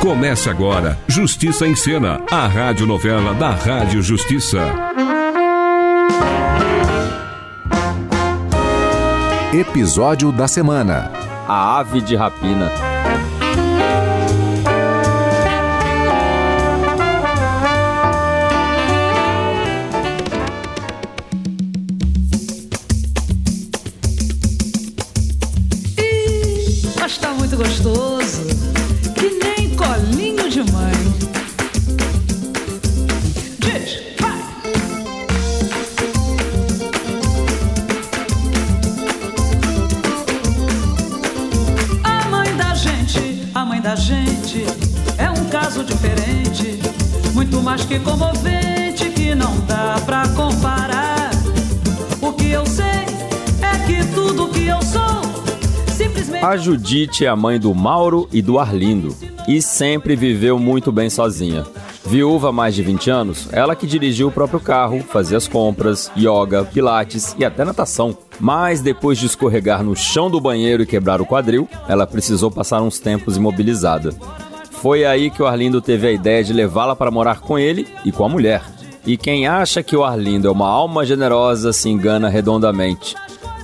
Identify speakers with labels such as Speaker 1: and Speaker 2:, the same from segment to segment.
Speaker 1: Começa agora Justiça em Cena, a radionovela da Rádio Justiça.
Speaker 2: Episódio da semana.
Speaker 3: A ave de rapina.
Speaker 4: Mas tá muito gostoso, que nem colinho de mãe. Diz, vai! A mãe da gente, a mãe da gente é um caso diferente, muito mais que comovente, que não dá pra comparar. O que eu sei é que tudo que eu sou simplesmente.
Speaker 3: A Judite é a mãe do Mauro e do Arlindo e sempre viveu muito bem sozinha. Viúva há mais de 20 anos, ela que dirigia o próprio carro, fazia as compras, yoga, pilates e até natação. Mas depois de escorregar no chão do banheiro e quebrar o quadril, ela precisou passar uns tempos imobilizada. Foi aí que o Arlindo teve a ideia de levá-la para morar com ele e com a mulher. E quem acha que o Arlindo é uma alma generosa se engana redondamente.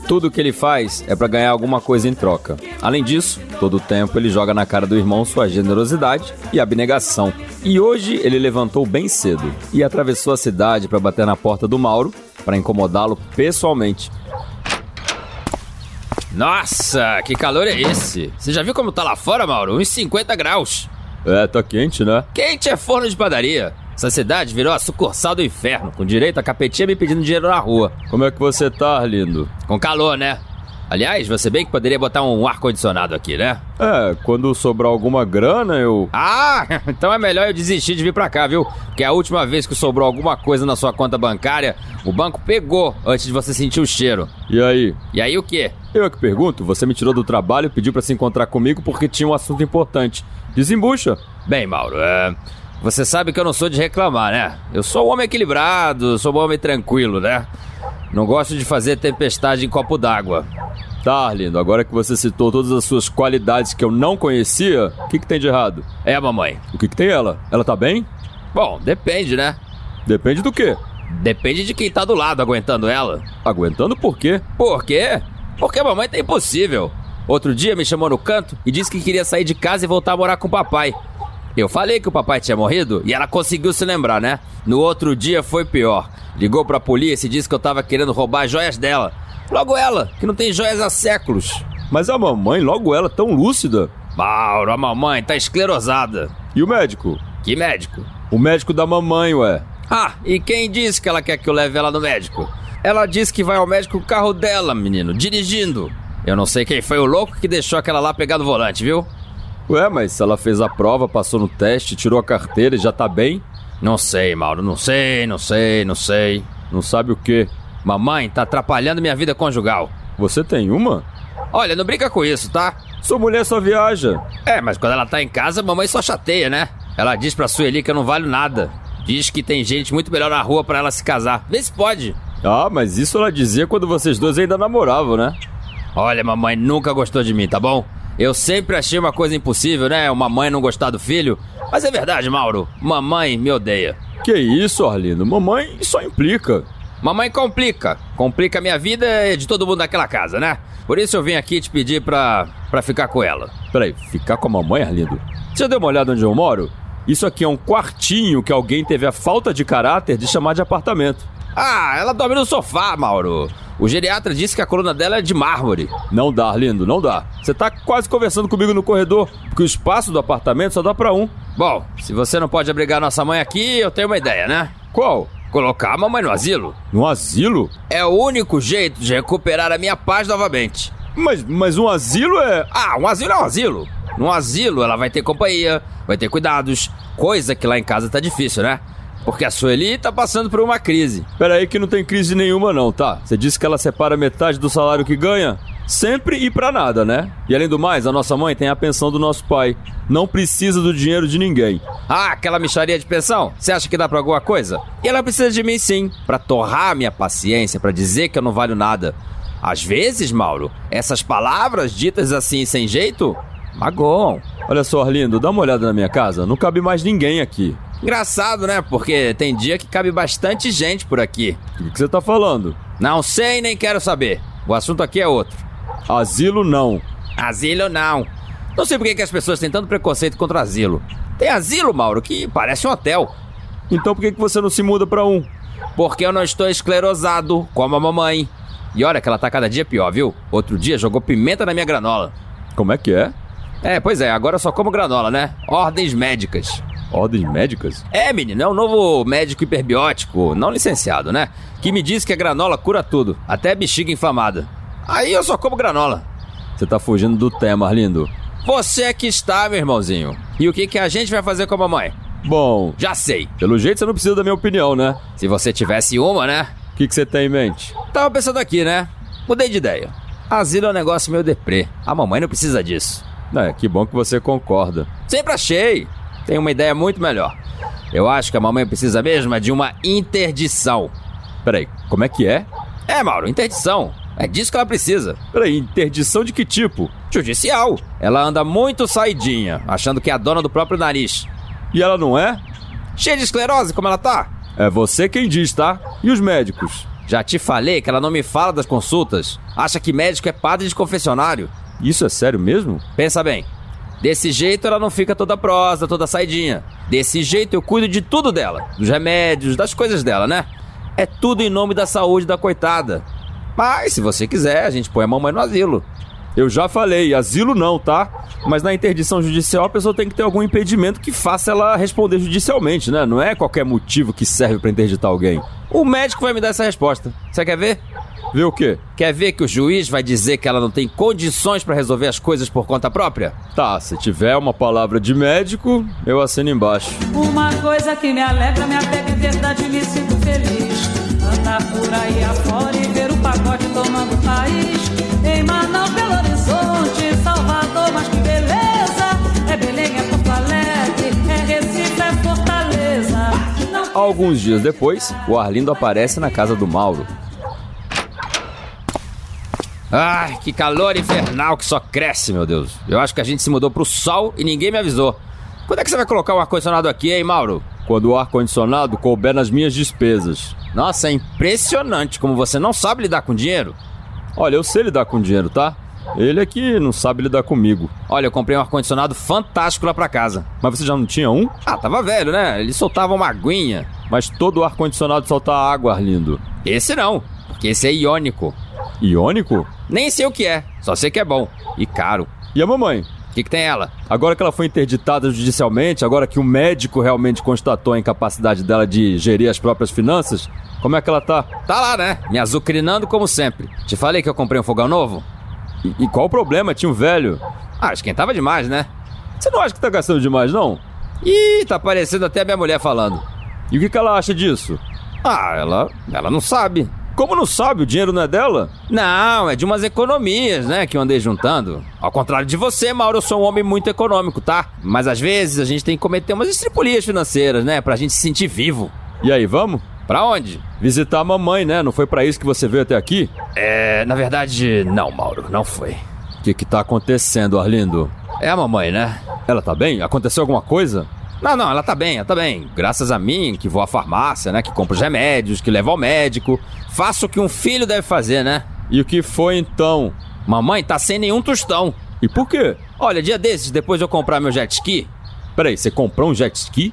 Speaker 3: Tudo que ele faz é para ganhar alguma coisa em troca. Além disso, todo o tempo ele joga na cara do irmão sua generosidade e abnegação. E hoje ele levantou bem cedo e atravessou a cidade para bater na porta do Mauro para incomodá-lo pessoalmente. Nossa, que calor é esse? Você já viu como tá lá fora, Mauro? Uns 50 graus. É, tá quente, né? Quente é forno de padaria. Essa cidade virou a sucursal do inferno, com direito a capetinha me pedindo dinheiro na rua. Como é que você tá, Arlindo? Com calor, né? Aliás, você bem que poderia botar um ar-condicionado aqui, né? É, quando sobrar alguma grana, eu. Ah, então é melhor eu desistir de vir pra cá, viu? Porque a última vez que sobrou alguma coisa na sua conta bancária, o banco pegou antes de você sentir o cheiro. E aí? E aí o quê? Eu é que pergunto, você me tirou do trabalho e pediu para se encontrar comigo porque tinha um assunto importante. Desembucha. Bem, Mauro, é... você sabe que eu não sou de reclamar, né? Eu sou um homem equilibrado, sou um homem tranquilo, né? Não gosto de fazer tempestade em copo d'água. Tá, Arlindo, agora que você citou todas as suas qualidades que eu não conhecia, o que, que tem de errado? É, mamãe. O que, que tem ela? Ela tá bem? Bom, depende, né? Depende do quê? Depende de quem tá do lado aguentando ela. Aguentando por quê? Por quê? Porque a mamãe tá impossível. Outro dia me chamou no canto e disse que queria sair de casa e voltar a morar com o papai. Eu falei que o papai tinha morrido e ela conseguiu se lembrar, né? No outro dia foi pior. Ligou pra polícia e disse que eu tava querendo roubar as joias dela. Logo ela, que não tem joias há séculos. Mas a mamãe, logo ela, tão lúcida. Mauro, a mamãe tá esclerosada. E o médico? Que médico? O médico da mamãe, ué. Ah, e quem disse que ela quer que eu leve ela no médico? Ela disse que vai ao médico com o carro dela, menino, dirigindo. Eu não sei quem foi o louco que deixou aquela lá pegar no volante, viu? Ué, mas se ela fez a prova, passou no teste, tirou a carteira e já tá bem? Não sei, Mauro, não sei, não sei, não sei. Não sabe o quê? Mamãe tá atrapalhando minha vida conjugal. Você tem uma? Olha, não brinca com isso, tá? Sua mulher só viaja. É, mas quando ela tá em casa, mamãe só chateia, né? Ela diz pra Sueli que eu não valho nada. Diz que tem gente muito melhor na rua pra ela se casar. Vê se pode. Ah, mas isso ela dizia quando vocês dois ainda namoravam, né? Olha, mamãe nunca gostou de mim, tá bom? Eu sempre achei uma coisa impossível, né? Uma mãe não gostar do filho. Mas é verdade, Mauro. Mamãe me odeia. Que isso, Arlindo? Mamãe só implica. Mamãe complica. Complica a minha vida e de todo mundo daquela casa, né? Por isso eu vim aqui te pedir pra, pra ficar com ela. Peraí, ficar com a mamãe, Arlindo? Você deu uma olhada onde eu moro? Isso aqui é um quartinho que alguém teve a falta de caráter de chamar de apartamento. Ah, ela dorme no sofá, Mauro. O geriatra disse que a coluna dela é de mármore. Não dá, Arlindo, não dá. Você tá quase conversando comigo no corredor, porque o espaço do apartamento só dá pra um. Bom, se você não pode abrigar nossa mãe aqui, eu tenho uma ideia, né? Qual? Colocar a mamãe no asilo. No asilo? É o único jeito de recuperar a minha paz novamente. Mas, mas um asilo é. Ah, um asilo é um asilo. Num asilo ela vai ter companhia, vai ter cuidados, coisa que lá em casa tá difícil, né? Porque a Sueli tá passando por uma crise. Peraí que não tem crise nenhuma não, tá? Você disse que ela separa metade do salário que ganha? Sempre e pra nada, né? E além do mais, a nossa mãe tem a pensão do nosso pai. Não precisa do dinheiro de ninguém. Ah, aquela micharia de pensão? Você acha que dá pra alguma coisa? E ela precisa de mim sim, pra torrar minha paciência, pra dizer que eu não valho nada. Às vezes, Mauro, essas palavras ditas assim sem jeito, magoam. Olha só, Arlindo, dá uma olhada na minha casa. Não cabe mais ninguém aqui. Engraçado, né? Porque tem dia que cabe bastante gente por aqui. O que você tá falando? Não sei, nem quero saber. O assunto aqui é outro. Asilo não. Asilo não. Não sei por que que as pessoas têm tanto preconceito contra asilo. Tem asilo, Mauro, que parece um hotel. Então por que, que você não se muda para um? Porque eu não estou esclerosado, como a mamãe. E olha que ela tá cada dia pior, viu? Outro dia jogou pimenta na minha granola. Como é que é? É, pois é, agora eu só como granola, né? Ordens médicas. Ordens médicas? É, menino, é um novo médico hiperbiótico, não licenciado, né? Que me diz que a granola cura tudo, até bexiga inflamada. Aí eu só como granola. Você tá fugindo do tema, Arlindo. Você é que está, meu irmãozinho. E o que, que a gente vai fazer com a mamãe? Bom, já sei. Pelo jeito você não precisa da minha opinião, né? Se você tivesse uma, né? O que, que você tem em mente? Tava pensando aqui, né? Mudei de ideia. Asilo é um negócio meio deprê. A mamãe não precisa disso. É, que bom que você concorda. Sempre achei. Tem uma ideia muito melhor. Eu acho que a mamãe precisa mesmo é de uma interdição. Peraí, como é que é? É, Mauro, interdição. É disso que ela precisa. Peraí, interdição de que tipo? Judicial. Ela anda muito saidinha, achando que é a dona do próprio nariz. E ela não é? Cheia de esclerose, como ela tá? É você quem diz, tá? E os médicos? Já te falei que ela não me fala das consultas. Acha que médico é padre de confessionário. Isso é sério mesmo? Pensa bem. Desse jeito ela não fica toda prosa, toda saidinha. Desse jeito eu cuido de tudo dela. Dos remédios, das coisas dela, né? É tudo em nome da saúde da coitada. Mas se você quiser, a gente põe a mamãe no asilo. Eu já falei, asilo não, tá? Mas na interdição judicial a pessoa tem que ter algum impedimento que faça ela responder judicialmente, né? Não é qualquer motivo que serve para interditar alguém. O médico vai me dar essa resposta. Você quer ver? Ver o quê? Quer ver que o juiz vai dizer que ela não tem condições para resolver as coisas por conta própria? Tá, se tiver uma palavra de médico, eu assino embaixo.
Speaker 4: Uma coisa que me alegra, me apega em verdade, me sinto feliz. Andar por aí afora e ver o pacote tomando país. Em Manaus, Belo Horizonte, Salvador, mas que beleza! É Belém, é Porto Alegre, é Recife, é Fortaleza. Não-
Speaker 3: Alguns dias depois, o Arlindo aparece na casa do Mauro. Ai, que calor infernal que só cresce, meu Deus. Eu acho que a gente se mudou pro sol e ninguém me avisou. Quando é que você vai colocar o ar-condicionado aqui, hein, Mauro? Quando o ar-condicionado couber nas minhas despesas. Nossa, é impressionante como você não sabe lidar com dinheiro. Olha, eu sei lidar com dinheiro, tá? Ele é que não sabe lidar comigo. Olha, eu comprei um ar-condicionado fantástico lá pra casa. Mas você já não tinha um? Ah, tava velho, né? Ele soltava uma aguinha. Mas todo ar-condicionado solta água, Arlindo. Esse não, porque esse é iônico. Iônico? Nem sei o que é, só sei que é bom e caro. E a mamãe? O que, que tem ela? Agora que ela foi interditada judicialmente, agora que o médico realmente constatou a incapacidade dela de gerir as próprias finanças, como é que ela tá? Tá lá, né? Me azucrinando como sempre. Te falei que eu comprei um fogão novo? E, e qual o problema? Tinha um velho. Ah, esquentava demais, né? Você não acha que tá gastando demais, não? Ih, tá parecendo até a minha mulher falando. E o que, que ela acha disso? Ah, ela. ela não sabe. Como não sabe? O dinheiro não é dela? Não, é de umas economias, né, que eu andei juntando. Ao contrário de você, Mauro, eu sou um homem muito econômico, tá? Mas às vezes a gente tem que cometer umas estripulias financeiras, né, pra gente se sentir vivo. E aí, vamos? Pra onde? Visitar a mamãe, né? Não foi para isso que você veio até aqui? É, na verdade, não, Mauro, não foi. O que que tá acontecendo, Arlindo? É a mamãe, né? Ela tá bem? Aconteceu alguma coisa? Não, não, ela tá bem, ela tá bem. Graças a mim, que vou à farmácia, né? Que compro os remédios, que levo ao médico. Faço o que um filho deve fazer, né? E o que foi então? Mamãe tá sem nenhum tostão. E por quê? Olha, dia desses, depois de eu comprar meu jet ski. Peraí, você comprou um jet ski?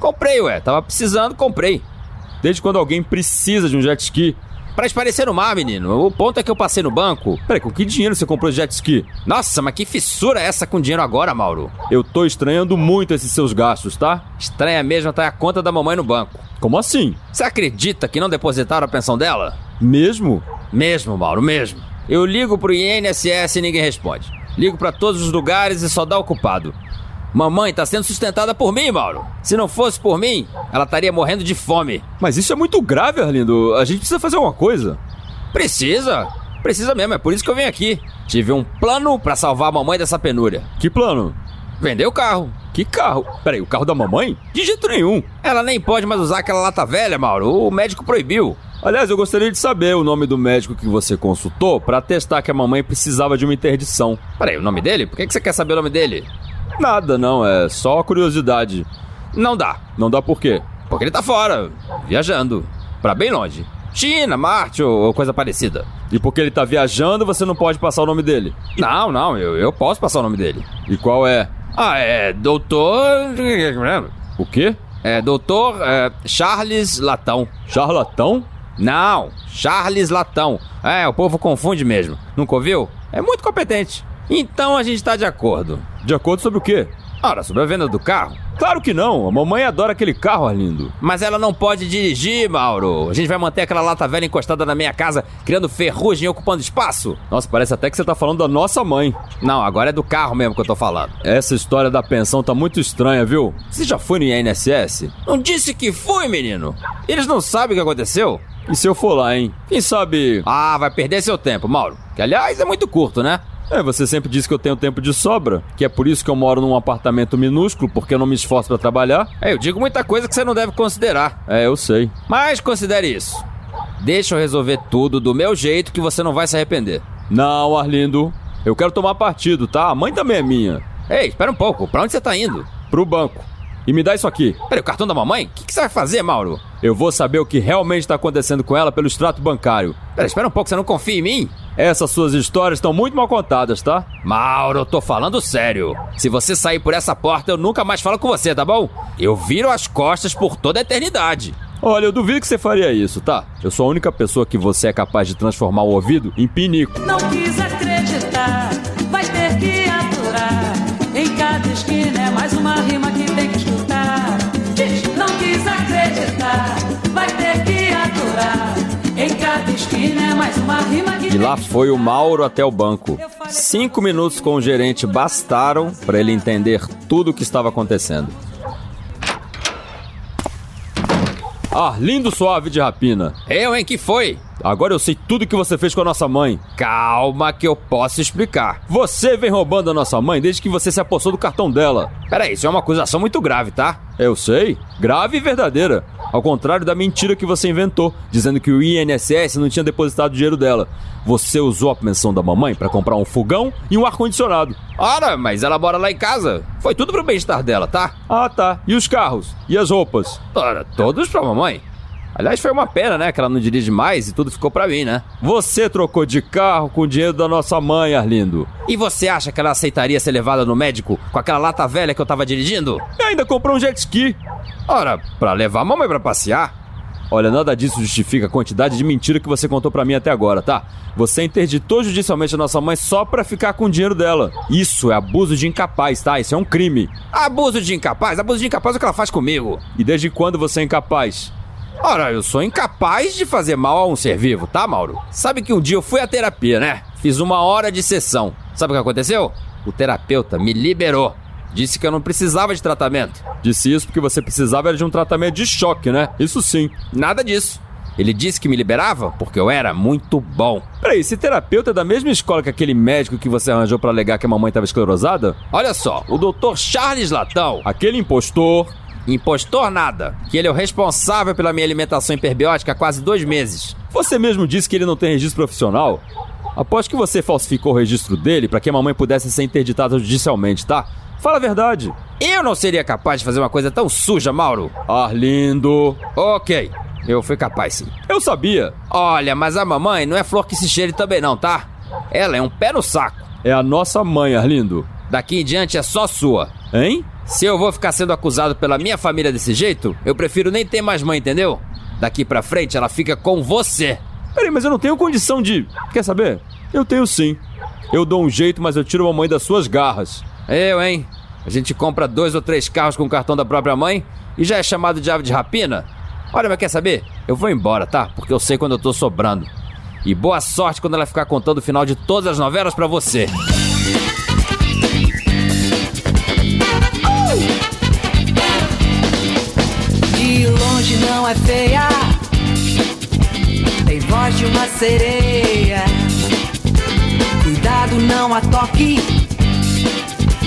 Speaker 3: Comprei, ué. Tava precisando, comprei. Desde quando alguém precisa de um jet ski? Pra esparecer no mar, menino. O ponto é que eu passei no banco. Peraí, com que dinheiro você comprou jet ski? Nossa, mas que fissura é essa com dinheiro agora, Mauro? Eu tô estranhando muito esses seus gastos, tá? Estranha mesmo tá a conta da mamãe no banco. Como assim? Você acredita que não depositaram a pensão dela? Mesmo? Mesmo, Mauro, mesmo. Eu ligo pro INSS e ninguém responde. Ligo pra todos os lugares e só dá ocupado. Mamãe tá sendo sustentada por mim, Mauro. Se não fosse por mim, ela estaria morrendo de fome.
Speaker 5: Mas isso é muito grave, Arlindo. A gente precisa fazer alguma coisa.
Speaker 3: Precisa? Precisa mesmo, é por isso que eu venho aqui. Tive um plano pra salvar a mamãe dessa penúria.
Speaker 5: Que plano?
Speaker 3: Vender o carro.
Speaker 5: Que carro? Peraí, o carro da mamãe? De jeito nenhum.
Speaker 3: Ela nem pode mais usar aquela lata velha, Mauro. O médico proibiu.
Speaker 5: Aliás, eu gostaria de saber o nome do médico que você consultou pra testar que a mamãe precisava de uma interdição.
Speaker 3: Peraí, o nome dele? Por que que você quer saber o nome dele?
Speaker 5: Nada, não, é só curiosidade.
Speaker 3: Não dá,
Speaker 5: Não dá por quê?
Speaker 3: porque ele tá fora, viajando, pra bem longe. China, Marte ou, ou coisa parecida.
Speaker 5: E porque ele tá viajando, você não pode passar o nome dele.
Speaker 3: Não, não, eu, eu posso passar o nome dele.
Speaker 5: E qual é?
Speaker 3: Ah, é doutor...
Speaker 5: O quê?
Speaker 3: É doutor é, Charles Latão.
Speaker 5: Charlatão?
Speaker 3: Não, Charles Latão. É, o povo confunde mesmo. Nunca ouviu? É muito competente. Então a gente tá de acordo.
Speaker 5: De acordo sobre o quê?
Speaker 3: Ora, sobre a venda do carro.
Speaker 5: Claro que não. A mamãe adora aquele carro, Arlindo.
Speaker 3: Mas ela não pode dirigir, Mauro. A gente vai manter aquela lata velha encostada na minha casa, criando ferrugem e ocupando espaço?
Speaker 5: Nossa, parece até que você tá falando da nossa mãe.
Speaker 3: Não, agora é do carro mesmo que eu tô falando.
Speaker 5: Essa história da pensão tá muito estranha, viu? Você já foi no INSS?
Speaker 3: Não disse que fui, menino. Eles não sabem o que aconteceu.
Speaker 5: E se eu for lá, hein? Quem sabe.
Speaker 3: Ah, vai perder seu tempo, Mauro. Que aliás é muito curto, né?
Speaker 5: É, você sempre diz que eu tenho tempo de sobra, que é por isso que eu moro num apartamento minúsculo, porque eu não me esforço pra trabalhar.
Speaker 3: É, eu digo muita coisa que você não deve considerar.
Speaker 5: É, eu sei.
Speaker 3: Mas considere isso. Deixa eu resolver tudo do meu jeito que você não vai se arrepender.
Speaker 5: Não, Arlindo. Eu quero tomar partido, tá? A mãe também é minha.
Speaker 3: Ei, espera um pouco. Pra onde você tá indo?
Speaker 5: Pro banco. E me dá isso aqui.
Speaker 3: Peraí, o cartão da mamãe? O que, que você vai fazer, Mauro?
Speaker 5: Eu vou saber o que realmente tá acontecendo com ela pelo extrato bancário.
Speaker 3: Peraí, espera um pouco. Você não confia em mim?
Speaker 5: Essas suas histórias estão muito mal contadas, tá?
Speaker 3: Mauro, eu tô falando sério. Se você sair por essa porta, eu nunca mais falo com você, tá bom? Eu viro as costas por toda a eternidade.
Speaker 5: Olha, eu duvido que você faria isso, tá? Eu sou a única pessoa que você é capaz de transformar o ouvido em pinico.
Speaker 4: Não quis acreditar, vai ter que aturar. Em cada esquina é mais uma rima que tem que escutar. Diz, não quis acreditar, vai ter que aturar. Em cada esquina é mais uma rima que
Speaker 5: E lá foi o Mauro até o banco. Cinco minutos com o gerente bastaram pra ele entender tudo o que estava acontecendo. Arlindo Ah, Suave de Rapina,
Speaker 3: Eu, hein? Que foi?
Speaker 5: agora eu sei tudo que você fez com a nossa mãe.
Speaker 3: Calma que eu posso explicar.
Speaker 5: Você vem roubando a nossa mãe desde que você se apossou do cartão dela.
Speaker 3: Peraí, isso é uma acusação muito grave, tá?
Speaker 5: Eu sei, grave e verdadeira. Ao contrário da mentira que você inventou, dizendo que o INSS não tinha depositado o dinheiro dela. Você usou a pensão da mamãe pra comprar um fogão e um ar-condicionado.
Speaker 3: Ora, mas ela mora lá em casa. Foi tudo pro bem-estar dela, tá?
Speaker 5: Ah, tá. E os carros? E as roupas?
Speaker 3: Ora, todos pra mamãe. Aliás, foi uma pena, né? Que ela não dirige mais e tudo ficou pra mim, né?
Speaker 5: Você trocou de carro com o dinheiro da nossa mãe, Arlindo.
Speaker 3: E você acha que ela aceitaria ser levada no médico com aquela lata velha que eu tava dirigindo?
Speaker 5: E ainda comprou um jet ski.
Speaker 3: Ora, pra levar a mamãe pra passear?
Speaker 5: Olha, nada disso justifica a quantidade de mentira que você contou pra mim até agora, tá? Você interditou judicialmente a nossa mãe só pra ficar com o dinheiro dela. Isso é abuso de incapaz, tá? Isso é um crime.
Speaker 3: Abuso de incapaz? Abuso de incapaz é o que ela faz comigo.
Speaker 5: E desde quando você é incapaz?
Speaker 3: Ora, eu sou incapaz de fazer mal a um ser vivo, tá, Mauro? Sabe que um dia eu fui à terapia, né? Fiz uma hora de sessão. Sabe o que aconteceu? O terapeuta me liberou. Disse que eu não precisava de tratamento.
Speaker 5: Disse isso porque você precisava era de um tratamento de choque, né? Isso sim.
Speaker 3: Nada disso. Ele disse que me liberava porque eu era muito bom.
Speaker 5: Peraí, esse terapeuta é da mesma escola que aquele médico que você arranjou pra alegar que a mamãe tava esclerosada?
Speaker 3: Olha só, o Dr. Charles Latão,
Speaker 5: Aquele impostor.
Speaker 3: impostor nada, que ele é o responsável pela minha alimentação hiperbiótica há quase dois meses.
Speaker 5: Você mesmo disse que ele não tem registro profissional? Aposto que você falsificou o registro dele pra que a mamãe pudesse ser interditada judicialmente, tá? Fala a verdade.
Speaker 3: Eu não seria capaz de fazer uma coisa tão suja, Mauro.
Speaker 5: Arlindo.
Speaker 3: Ok, eu fui capaz sim.
Speaker 5: Eu sabia.
Speaker 3: Olha, mas a mamãe não é flor que se cheire também não, tá? Ela é um pé no saco.
Speaker 5: É a nossa mãe, Arlindo.
Speaker 3: Daqui em diante é só sua.
Speaker 5: Hein?
Speaker 3: Se eu vou ficar sendo acusado pela minha família desse jeito, eu prefiro nem ter mais mãe, entendeu? Daqui pra frente ela fica com você.
Speaker 5: Peraí, mas eu não tenho condição de. Quer saber? Eu tenho sim. Eu dou um jeito, mas eu tiro a mamãe das suas garras.
Speaker 3: Eu, hein? A gente compra dois ou três carros com o cartão da própria mãe e já é chamado de ave de rapina? Olha, mas quer saber? Eu vou embora, tá? Porque eu sei quando eu tô sobrando. E boa sorte quando ela ficar contando o final de todas as novelas pra você.
Speaker 4: Ô
Speaker 6: não é feia, tem voz de uma sereia. Cuidado, não a toque.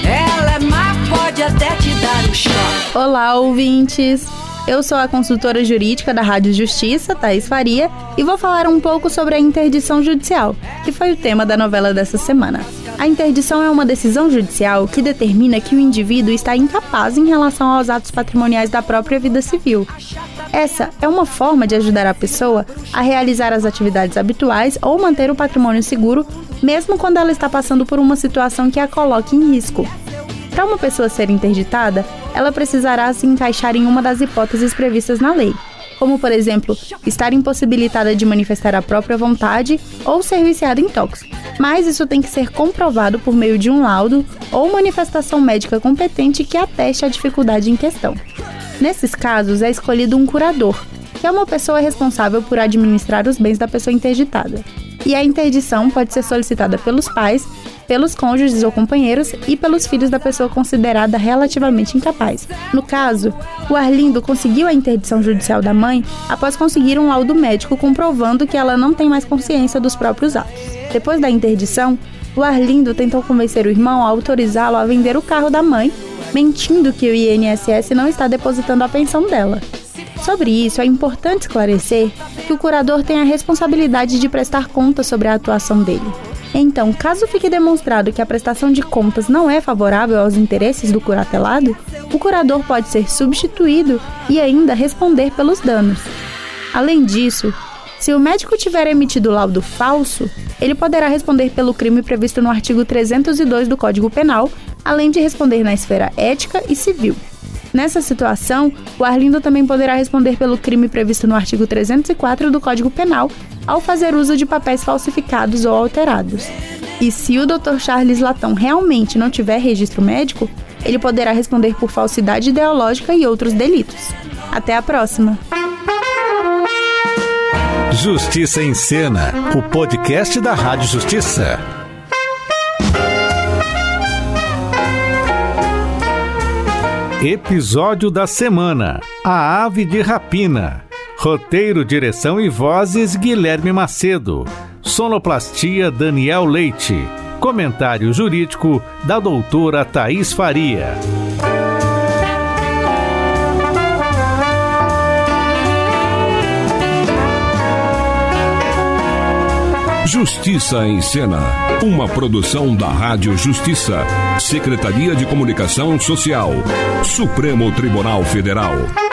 Speaker 6: Ela é má, pode até te dar um choque.
Speaker 7: Olá, ouvintes! Eu sou a consultora jurídica da Rádio Justiça, Thaís Faria, e vou falar um pouco sobre a interdição judicial, que foi o tema da novela dessa semana. A interdição é uma decisão judicial que determina que o indivíduo está incapaz em relação aos atos patrimoniais da própria vida civil. Essa é uma forma de ajudar a pessoa a realizar as atividades habituais ou manter o patrimônio seguro, mesmo quando ela está passando por uma situação que a coloque em risco. Para uma pessoa ser interditada, ela precisará se encaixar em uma das hipóteses previstas na lei, como, por exemplo, estar impossibilitada de manifestar a própria vontade ou ser viciada em tóxicos. Mas isso tem que ser comprovado por meio de um laudo ou manifestação médica competente que ateste a dificuldade em questão. Nesses casos, é escolhido um curador, que é uma pessoa responsável por administrar os bens da pessoa interditada. E a interdição pode ser solicitada pelos pais, pelos cônjuges ou companheiros e pelos filhos da pessoa considerada relativamente incapaz. No caso, o Arlindo conseguiu a interdição judicial da mãe após conseguir um laudo médico comprovando que ela não tem mais consciência dos próprios atos. Depois da interdição, o Arlindo tentou convencer o irmão a autorizá-lo a vender o carro da mãe, mentindo que o INSS não está depositando a pensão dela. Sobre isso, é importante esclarecer que o curador tem a responsabilidade de prestar contas sobre a atuação dele. Então, caso fique demonstrado que a prestação de contas não é favorável aos interesses do curatelado, o curador pode ser substituído e ainda responder pelos danos. Além disso, se o médico tiver emitido laudo falso, ele poderá responder pelo crime previsto no artigo 302 do Código Penal, além de responder na esfera ética e civil. Nessa situação, o Arlindo também poderá responder pelo crime previsto no artigo 304 do Código Penal ao fazer uso de papéis falsificados ou alterados. E se o Dr. Charles Latão realmente não tiver registro médico, ele poderá responder por falsidade ideológica e outros delitos. Até a próxima!
Speaker 8: Justiça em Cena, o podcast da Rádio Justiça. Episódio da semana: A Ave de Rapina. Roteiro, direção e vozes: Guilherme Macedo. Sonoplastia: Daniel Leite. Comentário jurídico da doutora Thaís Faria.
Speaker 1: Justiça em Cena. Uma produção da Rádio Justiça. Secretaria de Comunicação Social. Supremo Tribunal Federal.